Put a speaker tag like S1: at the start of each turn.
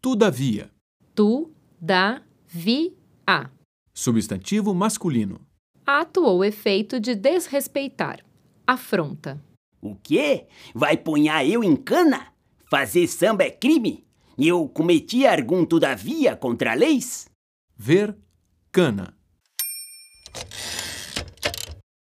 S1: Tudavia.
S2: Tu, da, vi, a.
S1: Substantivo masculino.
S2: Ato ou efeito de desrespeitar. Afronta.
S3: O quê? Vai punhar eu em cana? Fazer samba é crime? Eu cometi algum todavia contra leis?
S1: Ver cana.